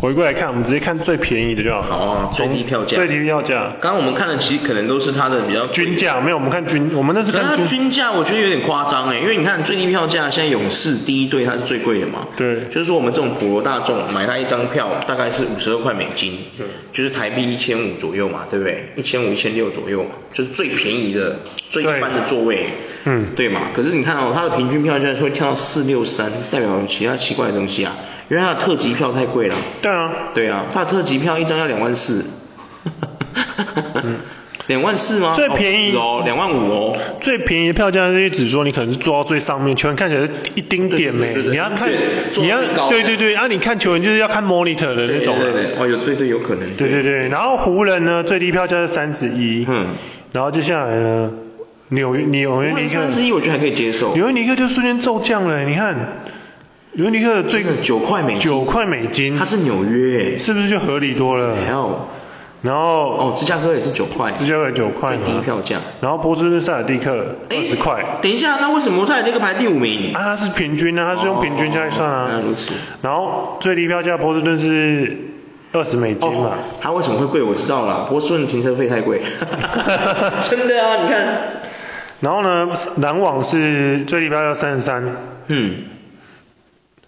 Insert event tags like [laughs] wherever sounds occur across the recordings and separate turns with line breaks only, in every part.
回过来看，我们直接看最便宜的就好。
哦最低票价
最低票价，
刚刚我们看的其实可能都是它的比较
均价没有，我们看均，我们那是
可是
看
它均价我觉得有点夸张哎，因为你看最低票价，现在勇士第一队它是最贵的嘛，
对
就是说我们这种普罗大众买它一张票大概是五十二块美金，
对
就是台币一千五左右嘛，对不对？一千五、一千六左右嘛，就是最便宜的、最一般的座位，
嗯
对嘛？可是你看哦，它的平均票价会跳到四六三，代表有其他奇怪的东西啊，因为它的特级票太贵了，
对啊，
对啊，它的特级票一张要两万四，嗯两万四吗？
最便宜
哦，两万五哦。
最便宜的票价是指说你可能是坐到最上面，球员看起来是一丁点呢、
对对对对
你要看
对坐
你要
最高
对对对，啊你看球员就是要看 monitor 的那种啊、
对对对，哦，有对对有可能，
对对对，然后湖人呢最低票价是三十一，
嗯，
然后接下来呢纽约纽约尼克
三十一我觉得还可以接受，
纽约尼克就瞬间骤降了，你看纽约尼克的最
真的9块美金
九块美金，
它是纽约耶，
是不是就合理多了？
还有
然后
哦，芝加哥也是九块，
芝加哥九块嘛
最低票价，
然后波士顿塞尔蒂克二
诶
十块，
等一下，那为什么泰迪克排第五名？
啊，它是平均啊，它是用平均下来算啊。
哦原来如此
然后最低票价波士顿是二十美金嘛。
哦，它为什么会贵？我知道了，波士顿停车费太 [laughs] 贵，真的啊，你看，
然后呢，篮网是最低票价三十三，
嗯，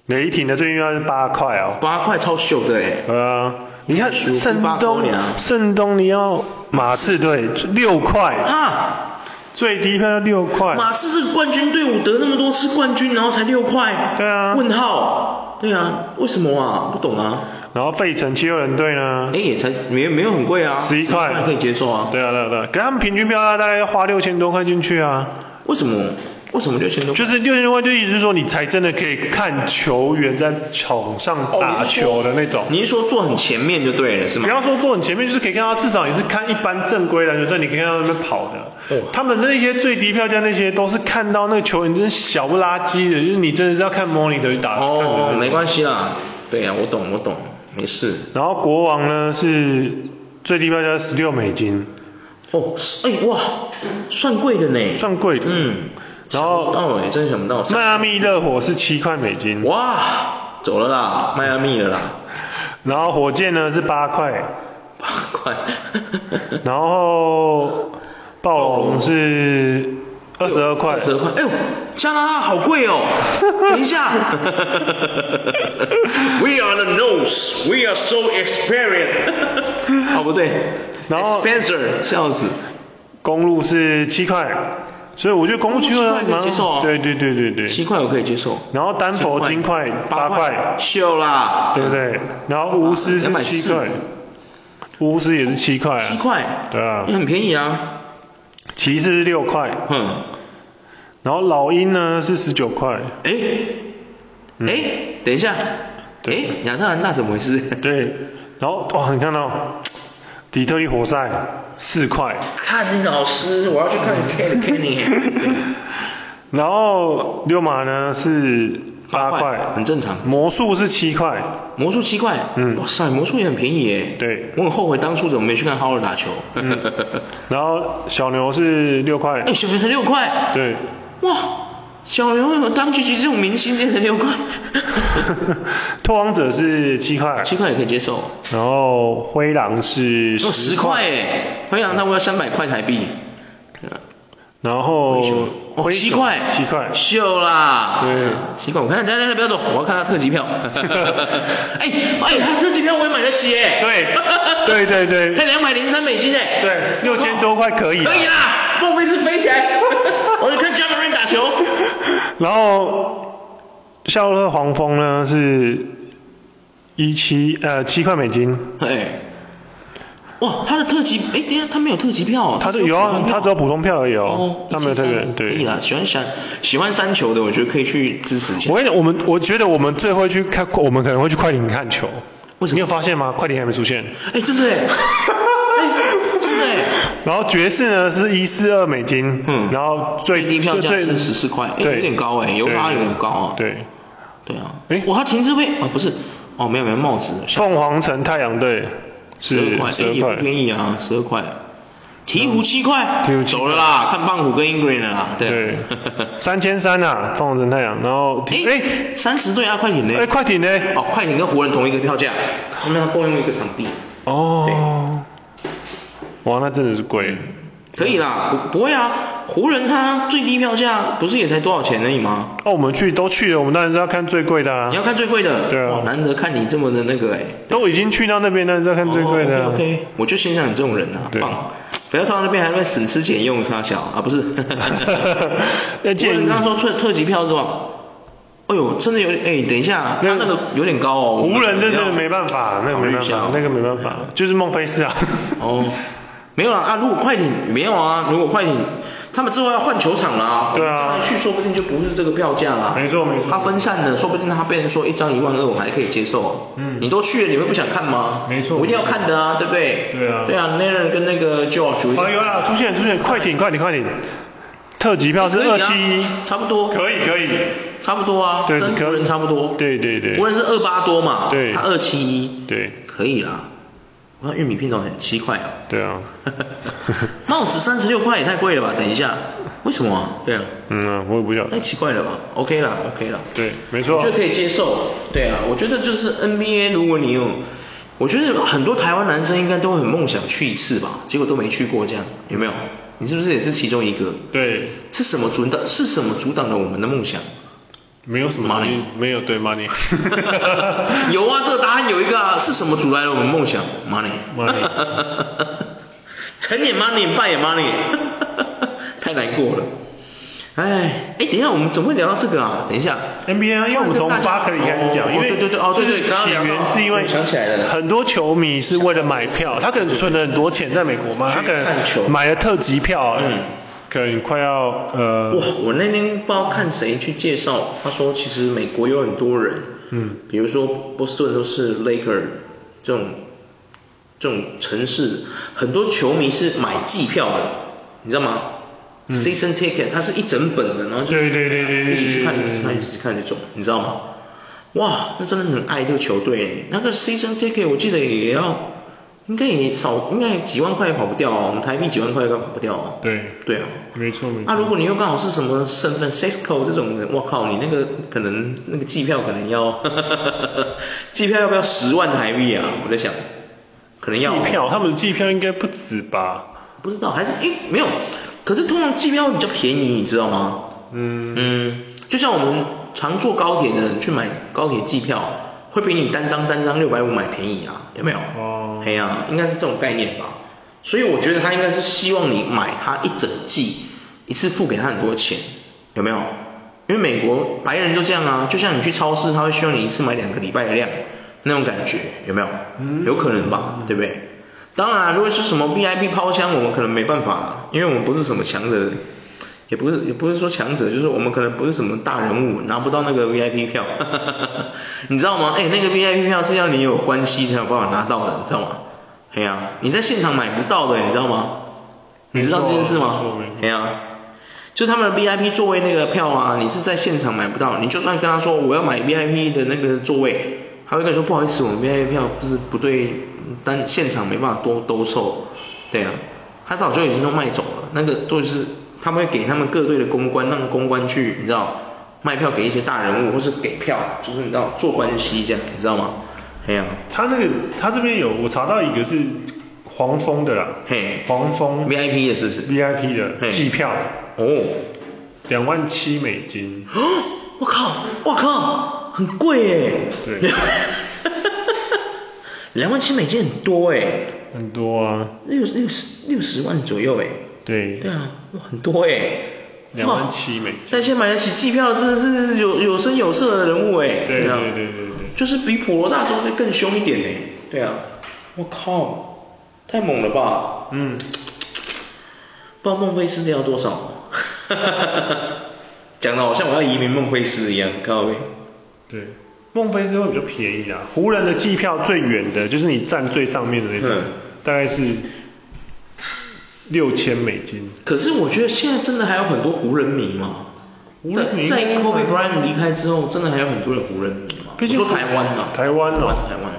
雷霆的最低票价是八块哦。
八块超秀的哎，
呃，你看
十五
圣
八
东
公里啊
圣东尼奥马刺队六块，
啊，
最低票价六块。
马刺这个冠军队伍得那么多次冠军，然后才六块，
对啊
问号，对啊，为什么啊？不懂啊。
然后费城七六人队呢
哎，，也才没没有很贵啊，
十一块
11可以接受啊。
对啊对啊对啊，可是他们平均票价大概要花六千多块进去啊。
为什么？为什么六千多？
就是六千多块，就意思是说你才真的可以看球员在场上打球的那种。
哦你是说坐很前面就对了，是吗
不？要说坐很前面，就是可以看到，至少你是看一般正规篮球队，你可以看到他们跑的
哇。
他们那些最低票价那些都是看到那个球员真是小不拉几的，就是你真的是要看 monitor 去打。看的那
哦，
种
没关系啦。对啊呀、我懂，我懂，没事。
然后国王呢是最低票价十六美金，
哦，哎、哇，算贵的呢。
算贵的
嗯。
然后
想不到哎、真想不到。
迈阿密热火是七块美金，
哇，走了啦，迈阿密了啦，
然后火箭呢是八块，
八块。 [laughs]
然后暴龙是二十二块，
二十二块，哎呦，加拿大好贵 [laughs] 哦！等一下 [laughs] ，We are the nose, we are so experienced 。 [laughs] 哦，不对，
然后
Spencer 嗯笑死，
公路是七块，所以我觉得公路区块
公路七块可以
蛮好
接受哦
对对对对对。
七块我可以接受。
然后丹佛哦金块八块，
秀啦，
对不？对？然后巫师是七块
240，
巫师也是七块啊。
七块，
对啊
也很便宜啊。
骑士是六块，
哼，
然后老鹰呢是十九块。
哎，哎，等一下，哎，亚特兰大怎么回事？
对，然后哇，你看到、底特律活塞四块，
看老师，我要去看
[laughs]
Kenny Kenny。
然后六马呢是八块，
很正常啊
魔术是七块，
魔术七块，
嗯
哇塞，魔术也很便宜耶。
对
我很后悔当初怎么没去看 Howard 打球。嗯，
然后小牛是六块
[laughs] 哎，，小牛才六块。 [laughs]
对，
哇，小牛为什么当局局这种明星变成六
[laughs]
块？
拓王者是七块，
哎七块也可以接受，
然后灰狼是
哦，
十嗯
十块哎，灰狼差不多三百块台币。
然后
哦，七块，
七块，
秀啦！
对
七块，我看，等一下等一下不要走，我要看他特
[laughs]
级票。哎哎，他特级票我也买得起哎。 [laughs]
对对对对
才两百零三美金哎。
对六千多块可以啦
可以啦，莫非是飞
[laughs]
起来？我去看 j a m a r 打球。
然后夏洛特黄蜂呢是一七呃七块美金，
哎，哇，他的特级，哎，等一下他没有特级票哦，
他这有啊，他只有普通票而已哦
哦，，
他没有特别
173可以
对。
啦，喜欢山喜欢山球的，我觉得可以去支持一下
我。跟你讲，我们我觉得我们最会去看，我们可能会去快艇看球。
为什么
你有发现吗？快艇还没出现。
哎，真的
[laughs]
哎，哎，真的哎。
然后爵士呢是一四二美金，
嗯
然后最
低票价
最
是14块哎
对，
有点高哎有
对
拉有点高啊
对，
对啊，
哎
哇，他停车费啊不是，哦没有没有帽子，
凤凰城太阳队
十
是
二块，哎
十二
也
块
不，便宜啊，十二块。鹈鹕七块，
嗯鹈鹕七块
走了啦，看棒虎跟 Ingram 了啦，
对
[laughs] 对。，
三千三啊，凤凰城太阳，然后挺哎
哎，三十对啊，快艇呢？
哎快艇呢？
哦，快艇跟湖人同一个票价，他们共用一个场地，
哦，哇，那真的是贵，
可以啦，
嗯
不不会啊，湖人他最低票价不是也才多少钱而已吗？
哦，我们去都去了，我们当然是要看最贵的啊
你，要看最贵的，
对啊
哇，难得看你这么的那个哎、
都已经去到那边了，当然是要看最贵的啊、
o k 我就欣赏你这种人啊，
对
棒！不要到那边还在那边省吃俭用，差小啊，
[laughs]
不是。
那建议
我刚刚说特特级票是吧？哎呦，真的有点，哎，等一下，他那个有点高哦。
湖人
这
真是没办法，那个没办法，那个没办法，就是孟菲斯啊。
哦，没有啦啊，如果快艇没有啊，如果快艇他们之后要换球场了啊，
对啊
我们将来去说不定就不是这个票价啦。
没错没错
他分散了，说不定他被人说一张一万二，我还可以接受。啊
嗯
你都去了，你会不想看吗？
没错
我一定要看的啊，对不对？
对啊
对啊 n a r 跟那个 George 一定。
哦，有啦，出现出现，快点快点快点，特级票是
可以啊
二七一，
差不多
可以可以，
差不多啊，
对
跟
可
湖人差不多。
对对对
湖人是二八多嘛，
对
他二七一，
对
可以啦。我看玉米品种很七块哦。
对啊，
[laughs] 帽子三十六块也太贵了吧？等一下，为什么啊？对啊，
嗯啊，我也不晓得
太，奇怪了吧？OK 啦，OK 啦，
对，没错
我，觉得可以接受。对啊，我觉得就是 NBA，如果你有，我觉得很多台湾男生应该都很梦想去一次吧，结果都没去过，这样有没有？你是不是也是其中一个？
对，
是什么阻挡？是什么阻挡了我们的梦想？
没有什么
Money
原因，没有对 money， [laughs]
[laughs] 有啊，这个答案有一个啊，是什么阻碍了我们梦想？money，
Money
[laughs] 成也 money，败也 money，太难过了。哎，哎，等一下，我们怎么会聊到这个啊？等一下
NBA 啊因为我们从
突然跟大家
巴克利开始
哦
讲，因为
哦对对对，哦对对，
就是
刚
起
刚聊到
源是因为
我想起来了，
很多球迷是为了买票，他可能存了很多钱在美国嘛，他可
看球
能买了特级票，
嗯
可能快要呃，
哇，我那天不知道看谁去介绍，他说其实美国有很多人，
嗯
比如说波士顿都是 Laker 这种这种城市，很多球迷是买季票的，你知道吗、
嗯
s e a s o n ticket，它是一整本的，然后就
对
是
对对对对
一直去看，
对对
一直去看，一直去看那种，你知道吗？哇，那真的很爱这个球队耶，那个 season ticket 我记得也要，应该也少，应该几万块也跑不掉哦，我们台币几万块应该跑不掉哦。
对
对啊，
没错没错
啊，如果你又刚好是什么身份 Cisco 这种人，我靠，你那个可能那个机票可能要， [laughs] 机票要不要十万台币啊？我在想，可能
季
要
票，他们的季票应该不止吧？
不知道还是诶没有，可是通常机票会比较便宜，你知道吗？
嗯
嗯，就像我们常坐高铁的人去买高铁机票，会比你单张单张六百五买便宜啊，有没有？
哦
哎呀、应该是这种概念吧。所以我觉得他应该是希望你买他一整季，一次付给他很多钱，有没有？因为美国白人就这样啊，就像你去超市，他会希望你一次买两个礼拜的量，那种感觉有没有？
嗯
有可能吧，对不对？当然，如果是什么 VIP 抛箱，我们可能没办法啦，因为我们不是什么强者，也不是也不是说强者，就是我们可能不是什么大人物，拿不到那个 VIP 票， [laughs] 你知道吗？哎，那个 VIP 票是要你有关系才有办法拿到的，你知道吗？哎呀、你在现场买不到的，你知道吗？你知道这件事吗
没错没错？
哎呀、就他们的 VIP 座位那个票啊，你是在现场买不到，你就算跟他说我要买 VIP 的那个座位，他会跟你说不好意思，我们 VIP 票不是不对，但现场没办法多兜售，对啊，他早就已经都卖走了，那个就是他们会给他们各队的公关，让公关去，你知道卖票给一些大人物，或是给票，就是你知道做关系这样，你知道吗？哎呀、
他那个他这边有我查到一个是黄蜂的啦，
嘿
黄蜂
VIP 的是不是
VIP 的
嘿
季票
哦，
两万七美金，
[gasps] 我靠，我靠，很贵耶！
对
[laughs] 两万七美金很多哎，
很多啊，
六六十六十万左右哎。
对
对，啊，哇很多哎。
两万七美金
在线买得起机票，真的是有有声有色的人物哎。
对
啊
对对对对
就是比普罗大众的更凶一点哎。对啊，我靠，太猛了吧！
嗯，
不知道孟菲斯要多少， [laughs] 讲的好像我要移民孟菲斯一样，各位。
对，孟菲斯会比较便宜啦，湖人的季票最远的就是你站最上面的那种
嗯，
大概是六千美金，
可是我觉得现在真的还有很多湖人迷嘛。
湖人迷
在在 Kobe Bryant 离开之后，真的还有很多人湖人迷嘛。
毕竟
啊我说台湾嘛，
台湾哦
台湾。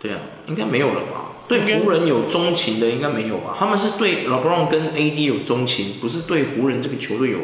对啊，应该没有了吧？对
应该
湖人有钟情的应该没有吧？他们是对 LeBron 跟 AD 有钟情，不是对湖人这个球队有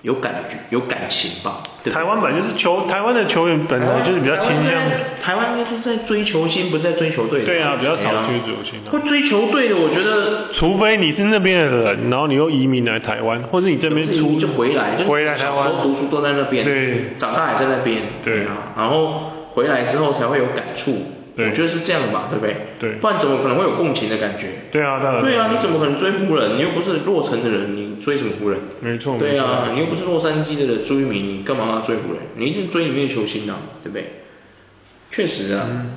有感觉、有感情吧？对不
台
对
湾本来就是球，台湾的球员本来就是比较倾向，
台湾应该是在追球星，不是在追球队的。
对啊，比较少
对啊
去流行、
会
啊。
追球队的，我觉得
除非你是那边的人，然后你又移民来台湾，或是你这边
自己
出
就回来，就
回来台
小
湾
时候读书都在那边，
对
长大也在那边，
对
啊，然后回来之后才会有感触，
对
我觉得是这样吧，对不对？
对
不然怎么可能会有共情的感觉？
对啊，当然。
对啊，你怎么可能追湖人？你又不是洛城的人，你追什么湖人？
没错
对
没
啊
错，
你又不是洛杉矶的人，追迷，你干嘛要追湖人？你一定追里面的球星啊，对不对？确实啊，
嗯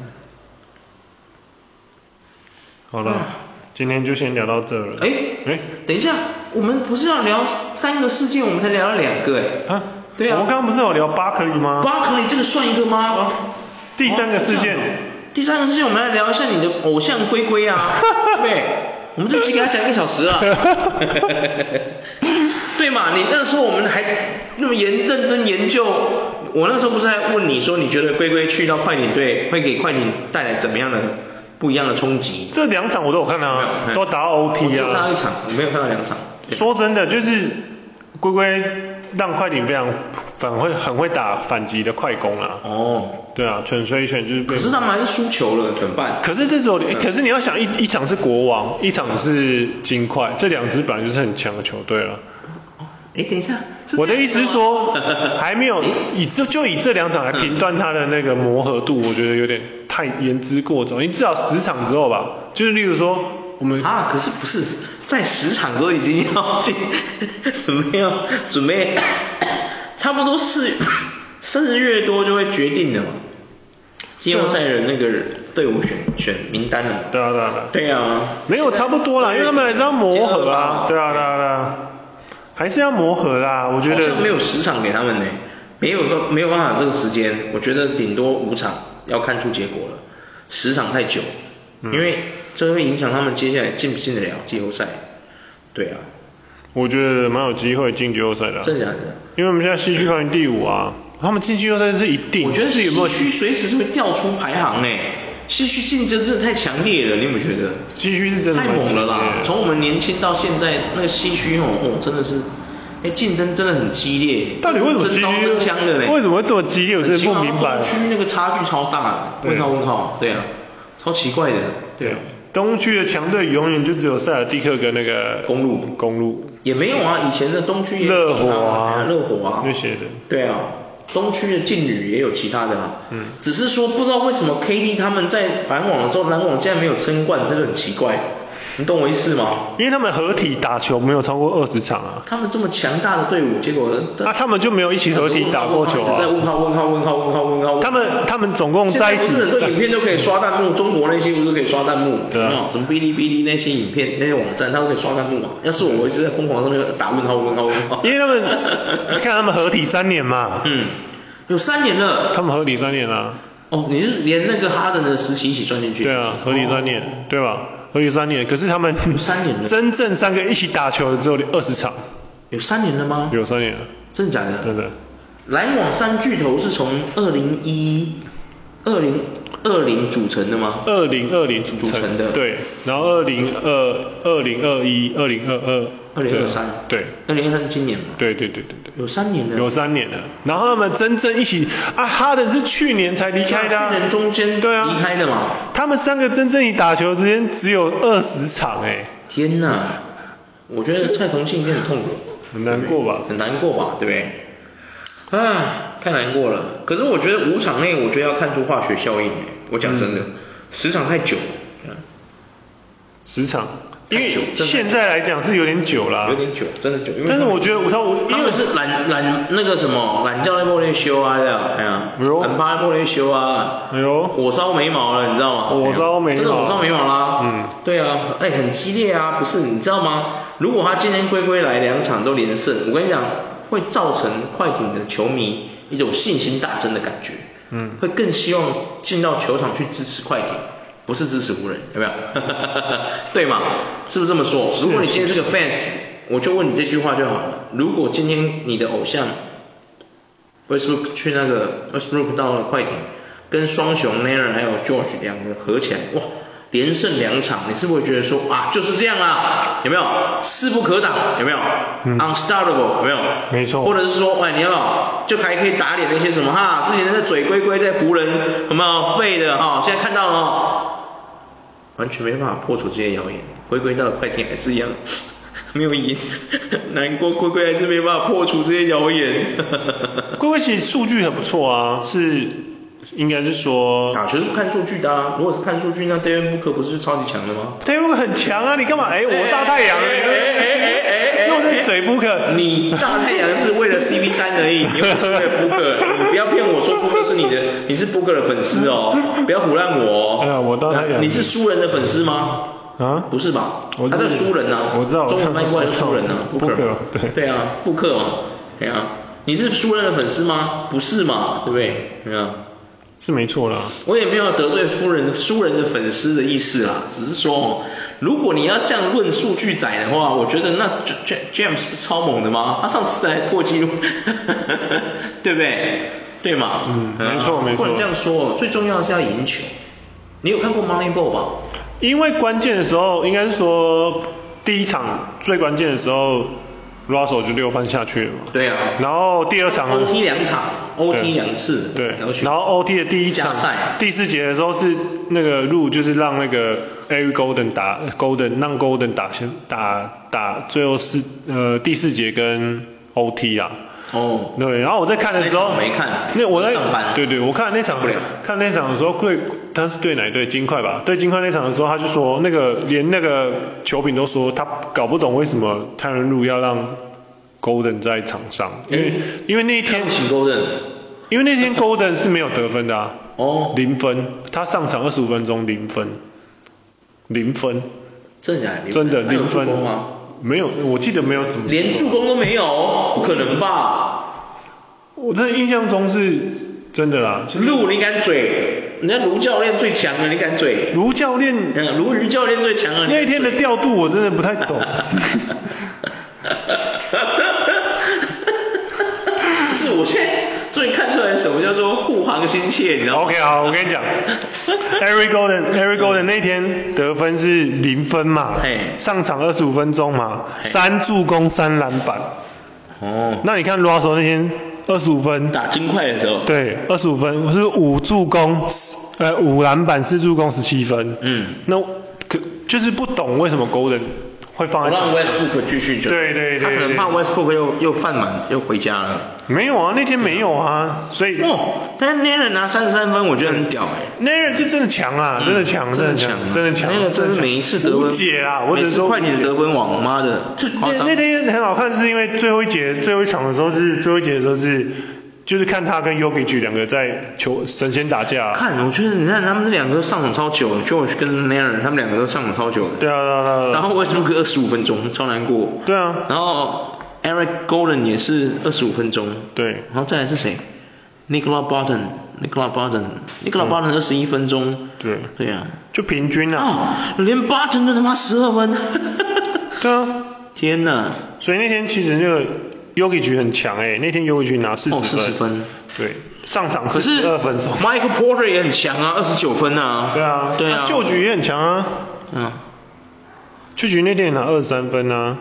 好了，
啊
今天就先聊到这了。
哎、
哎，
等一下，我们不是要聊三个事件，我们才聊了两个哎、
啊，
对啊，
我们刚刚不是有聊巴克利吗？
巴克利这个算一个吗？
第三个事件
啊哦是这样哦第三个事件，我们来聊一下你的偶像龟龟啊，
[laughs]
对不对？我们这期给他讲一个小时啊，对嘛？你那时候我们还那么研认真研究，我那时候不是还问你说，你觉得龟龟去到快艇队会给快艇带来怎么样的不一样的冲击？
这两场我都有看啊，
嗯
都打到
我
OT
就看到一
啊。
场，我没有看到两场。对
说真的，就是龟龟让快艇非常反会很会打反击的快攻啊。
哦，
对啊，蠢吹一拳就是被
可。是他们还是输球了，怎么办？
可是这时候，诶可是你要想一一场是国王，一场是金块，这两支本来就是很强的球队了。啊
哎，等一下， [laughs] 是
我的
这样
意思是
吗
说，还没有以这就以这两场来评断他的那个磨合度，我觉得有点太言之过早。你至少十场之后吧，就是例如说我们
啊，可是不是在十场都已经要进，准备要准备，差不多四四月多就会决定了嘛，季后赛的那个队伍选选名单了嘛。
对啊对啊对啊
对啊，
没有差不多啦，因为他们还是要磨合啊，对啊对啊对啊，还是要磨合啦。我觉
好
得
像没有十场给他们呢，没有个没有办法这个时间，我觉得顶多五场要看出结果了，十场太久，
嗯
因为这会影响他们接下来进不进得了季后赛。对啊，
我觉得蛮有机会进季后赛的啊、
真的假的？
因为我们现在西区排名第五啊，他们进季后赛是一定。
我觉得
是有没有
西区随时会掉出排行诶，
哎
西区竞争真的太强烈了，你有没有觉得？
西区是真的
太
蛮
猛了啦！
激烈的
从我们年轻到现在，那个西区哦，哦真的是，哎，竞争真的很激烈。
到底为什么
真
西
刀
区
真枪的嘞？
为什么会这么激烈？我真的不明白
很奇怪东。区那个差距超大的，
对
问号问号，对啊，超奇怪的，对啊。
东区的强队永远就只有塞尔蒂克跟那个
公路
公路
也没有啊，以前的东区也有
热
其
火
他
啊
啊，热火啊
那些的
对啊，东区的劲旅也有其他的啊。嗯。只是说不知道为什么 KD 他们在篮网的时候，篮网竟然没有争冠，真的很奇怪。你懂我意思吗？
因为他们合体打球没有超过二十场啊，
他们这么强大的队伍，结果呃这
啊他们就没有一起合体打过球
一直在
啊。
问号问号问号问号问号。
他们他们总共
现
在
在
一
不
起
是很多影片都可以刷弹幕，中国那些不是可以刷弹幕？
对啊
有没有什么哔哩哔哩那些影片那些网站，它都可以刷弹幕啊。要是我，我就在疯狂上面打问号问号问号。
因为他们你看他们合体三年嘛，
[laughs] 嗯，有三年了。
他们合体三年啊，
哦，你是连那个哈登的时期一起算进去？
对啊，合体三
哦
年，对吧？合体三年，可是他们
三年了
真正三个一起打球的只有二十场，
有三年了吗？
有三年了，
真的假的？
真的。
篮网三巨头是从二零一二零二零组成的吗？
二零二零组
组成的
对，然后二零二二零二一、二零二二、
二零二三，
对，
二零二三今年嘛。，
对对对对对，
有三年了。
有三年了。然后他们真正一起啊，哈登是去年才离开的、啊，
去年中间
对啊
离开的嘛
他们三个真正一打球之间只有二十场哎、
天呐，我觉得蔡崇信一定很痛苦，
很难过吧
很难过吧，对不对？啊，太难过了。可是我觉得五场内，我觉得要看出化学效应欸我讲真
嗯
的，十场太久了，
十场，因
太
为
久真的
现在来讲是有点久啦，
有点久，真的久。因为
但是我觉得我他我
因
因
为
为
是懒懒那个什么懒觉在玻璃修啊，这样，哎呀
哎呦，
懒趴在玻璃修啊，
哎呦
火烧眉毛了，你知道吗？
火烧眉毛
真的火烧眉毛啦，
嗯
对啊，哎，很激烈啊，不是，你知道吗？如果他今天龟龟来两场都连胜，我跟你讲，会造成快艇的球迷一种信心大增的感觉，
嗯
会更希望进到球场去支持快艇。不是支持湖人，有没有？ [laughs] 对嘛？是不是这么说？如果你今天是个 fans，我就问你这句话就好了。如果今天你的偶像 Westbrook 去那个 Westbrook 到了快艇，跟双雄 Nair 还有 George 两个合起来，哇，连胜两场，你是不是觉得说啊，就是这样啊啦，有没有？势不可挡，有没有、
嗯
u n s t o p p a b l e 有没有？
没错
或者是说，哎，你要不要就还可以打脸那些什么哈，之前那个嘴龟龟在湖人有没有废的哈、现在看到了、哦，完全没办法破除这些谣言，龟龟到了快艇还是一样。 [laughs] 没有赢，难过龟龟还是没办法破除这些谣言。
龟龟其实数据很不错啊，是应该是说
打球是看数据的、啊，如果是看数据，那 Devin Booker 不是超级强的吗？
对，我很强啊，你干嘛？哎，我大太阳，
哎哎哎哎哎哎
又在嘴 Booker，
你大太阳是为了 CP 三而已，你又不是为了 Booker，你不要骗我说 Booker 是你的，你是 Booker 的粉丝哦，不要胡乱我哦。
哎呀我大太阳
你是输人的粉丝吗？
啊
不是吧？
我知
他
道
叫输人呐、
我知道
中文翻译过来是输人呐、啊
我知道
Booker 嘛
Booker，对
对啊，布克嘛，对啊，你是输人的粉丝吗？不是嘛，对不对？对啊。
是没错啦。
我也没有得罪夫人输人的粉丝的意思啦，只是说哦，如果你要这样论数据仔的话，我觉得那 J- J- James 不是超猛的吗？他上次还破纪录， [laughs] 对不对？对嘛？
嗯没错
啊
没错
不能这样说，最重要的是要赢球。你有看过 Moneyball 吧？
因为关键的时候，应该是说第一场最关键的时候，Russell 就六犯下去了嘛。
对啊
然后第二场呢
OT 两场，OT 两次，
对
了解，
然后 OT 的第一
加
场
赛
第四节的时候是那个入，就是让那个 Eric Golden 打 Golden 让 Golden 打先打打最后四呃第四节跟啊 OT 啦。
哦，
对，然后我在看的时候
那场没看
那我在
上班
对对，我看那场
看不了
看那场的时候，对，他是对哪一队？金块吧，对金块那场的时候，他就说那个连那个球评都说他搞不懂为什么泰伦路要让 Golden 在场上，因为、因为那一天
嗯看不起 Golden，
因为那天 Golden 是没有得分的啊，
哦
零分，他上场二十五分钟零分，零分，
真的假的？
真的
他有
零分
助攻吗？
没有，我记得没有怎么，
连助攻都没有，不可能吧？
我真的印象中是真的啦，就是
陆，你敢嘴？人家卢教练最强了，你敢嘴？
卢教练啊
嗯，卢瑜教练最强了。你敢
那一天的调度我真的不太懂。
是我现在终于看出来什么叫做护航心切，你知道吗
[laughs] OK，好，我跟你讲，Eric Golden，Eric Golden 那天得分是零分嘛
嘿，
上场二十五分钟嘛，
嘿
三助攻三篮板。
哦，
那你看 Russell 那天二十五分，
打金块的时候，，
对，二十五分，我是五助攻，呃，五篮板，四助攻，十七分。
嗯
那可就是不懂为什么 Golden 会放在
让
场。
Westbrook 继续就
对对对
他可能
对
怕 Westbrook 又又犯满又回家了。
没有啊，那天没有啊，所以
哦，但是 Naren 拿三十三分，我觉得很屌哎、
那人就真的强啊，真的强，
嗯真的
强
强啊，，
真的强，
那个真是每一次得
无
分
解啊，我只
每
能
次
说
快点
无解
得分王，妈的，这
那
夸张
那。天很好看，是因为最后一节最后一场的时候是最后一节的时候是，就是看他跟 Yogi 两个在球神仙打架啊。
看，我觉得你看他们这两个上场超久的，George 跟 Naren 他们两个都上场超久的。
对啊对啊对啊。对啊
然后 Westbrook 二十五分钟，超难过。
对啊
然后 Eric Golden 也是二十五分钟。
对
然后再来是谁？Nicola Barton，Nicola Barton，Nicola Barton 二十一分钟。
对
对啊。
就平均啊。
哦，连 Barton 都他妈十二分。
对啊。
天哪！
所以那天其实那个 Yogi 局很强哎、那天 Yogi 局拿四十
哦
分，
40分
对，上场
可是
二分钟，
Michael Porter 也很强啊，二十九分啊。
对啊，
[laughs] 对啊。
那旧局也很强啊，
嗯
旧局那天也拿二十三分啊，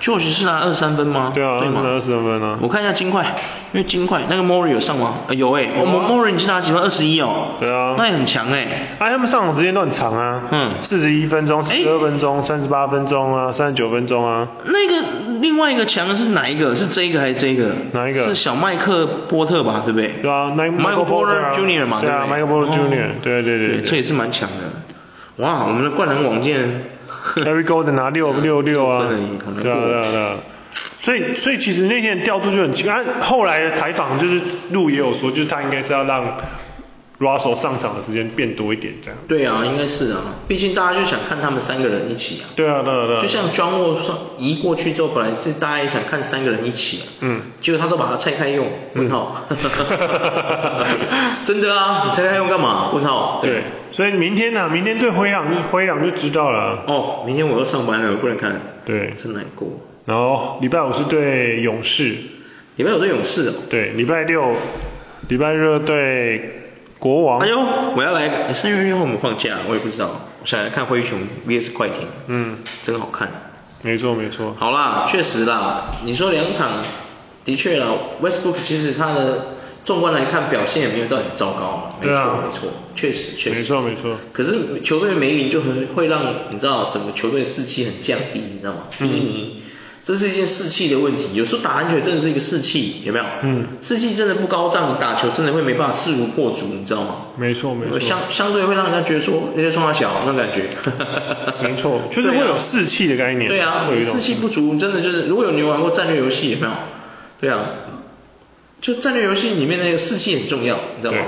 ，George 是拿二十三分吗？
对啊，
对吗
拿二十三分啊
我，看一下金块，因为金块那个 Mori 有上吗？呃有哎、我们 Mori 你是拿几分？二十一哦。
啊对啊
那也很强哎、
哎，他们上场时间都很长啊，
嗯
四十一分钟、
哎
十二分钟、三十八分钟啊、三十九分钟啊，
那个另外一个强的是哪一个？是这个还是这个？
哪一个
是小麦克波特吧，对不对？
对啊那
Michael
Michael Porter 啊
Junior 嘛，
对啊
不对哦
Michael Porter Jr. 对对对对
这也是蛮强的。哇，我们的灌篮网件
Every Golden 拿六六六啊
六分而已好难，过
对啊对啊对啊。所以所以其实那天的调度就很奇怪，啊后来的采访就是路也有说，就是他应该是要让 Russell 上场的时间变多一点这样。
[laughs] 对啊，应该是啊，毕竟大家就想看他们三个人一起啊。
对啊对啊对啊。
就像庄沃上移过去之后，本来是大家也想看三个人一起、啊，
嗯
结果他都把它拆开用，问号， [laughs] 真的啊，你拆开用干嘛？问号，
对，所以明天呢、啊明天对灰狼灰狼就知道了啊。
哦，明天我要上班了，我不能看，
对，
真难过。
然后礼拜五是对勇士，
礼拜有对勇士哦，
对，礼拜六礼拜六对国王，
哎呦，我要来个三月六号我们放假，我也不知道，我想来看灰熊 VS 快艇，
嗯，
真好看。
没错没错，
好啦，确实啦，你说两场，的确啦，Westbrook 其实他的纵观来看表现也没有到很糟糕嘛，没
对
错、
啊
没错，确实确实，
没错没错
可是球队没赢就很会让你知道整个球队的士气很降低，你知道吗？
嗯
低迷，这是一件士气的问题。有时候打篮球真的是一个士气，有没有？
嗯
士气真的不高涨，打球真的会没办法势如破竹，你知道吗？
没错没错
相相对会让人家觉得说那些冲他小那种感觉。
[laughs] 没错，就是会
对
有
啊
士气的概念，
对啊，
会有
你
一种
士气不足，真的就是如果有你玩过战略游戏，有没有？对啊，就战略游戏里面那个士气很重要，你知道吗
对？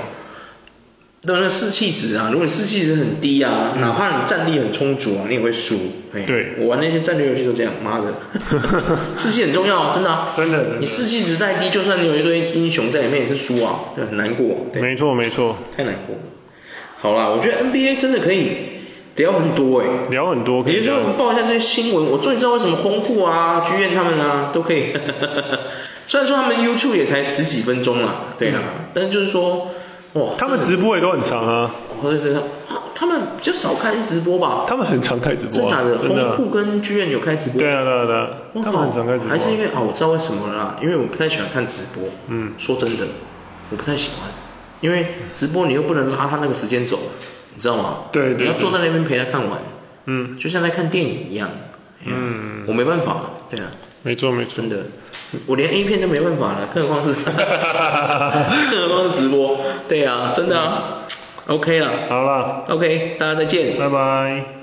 当然士气值啊，如果你士气值很低啊，哪怕你战力很充足啊，你也会输。嘿
嗯对
我玩那些战略游戏都这样，
[laughs]
妈的，士气很重要啊，真的、啊。
真的真的
你士气值再低，就算你有一堆英雄在里面也是输啊，对，很难过。对。
没错没错，
太难过了。好啦，我觉得 NBA 真的可以聊很多哎、
聊很多可以
也就是说
聊
我们报一下这些新闻，我终于知道为什么轰库啊、剧院他们啊都可以。 [laughs] 虽然说他们 YouTube 也才十几分钟啦，对啊，但就是说，哇，
嗯他们直播也都很长啊，
哦，对对对，啊他们比较少开直播吧？
他们很常开直播
真
啊
假的？
真的
红库跟剧院有开直播？
对啊对啊对啊
我
他
靠
们很常开直播啊
还是因为啊，我知道为什么了啦，因为我不太喜欢看直播。
嗯
说真的，我不太喜欢，因为直播你又不能拉他那个时间走，你知道吗？
对对
你要坐在那边陪他看完，
嗯，
就像在看电影一样。哎呀
嗯
我没办法，对啊，
没错没错
真，的，我连 A 片都没办法了，更何
[laughs]
况是，更何况是直播，对啊，真的啊，OK 了
好啦，
，OK，大家再见，
拜拜。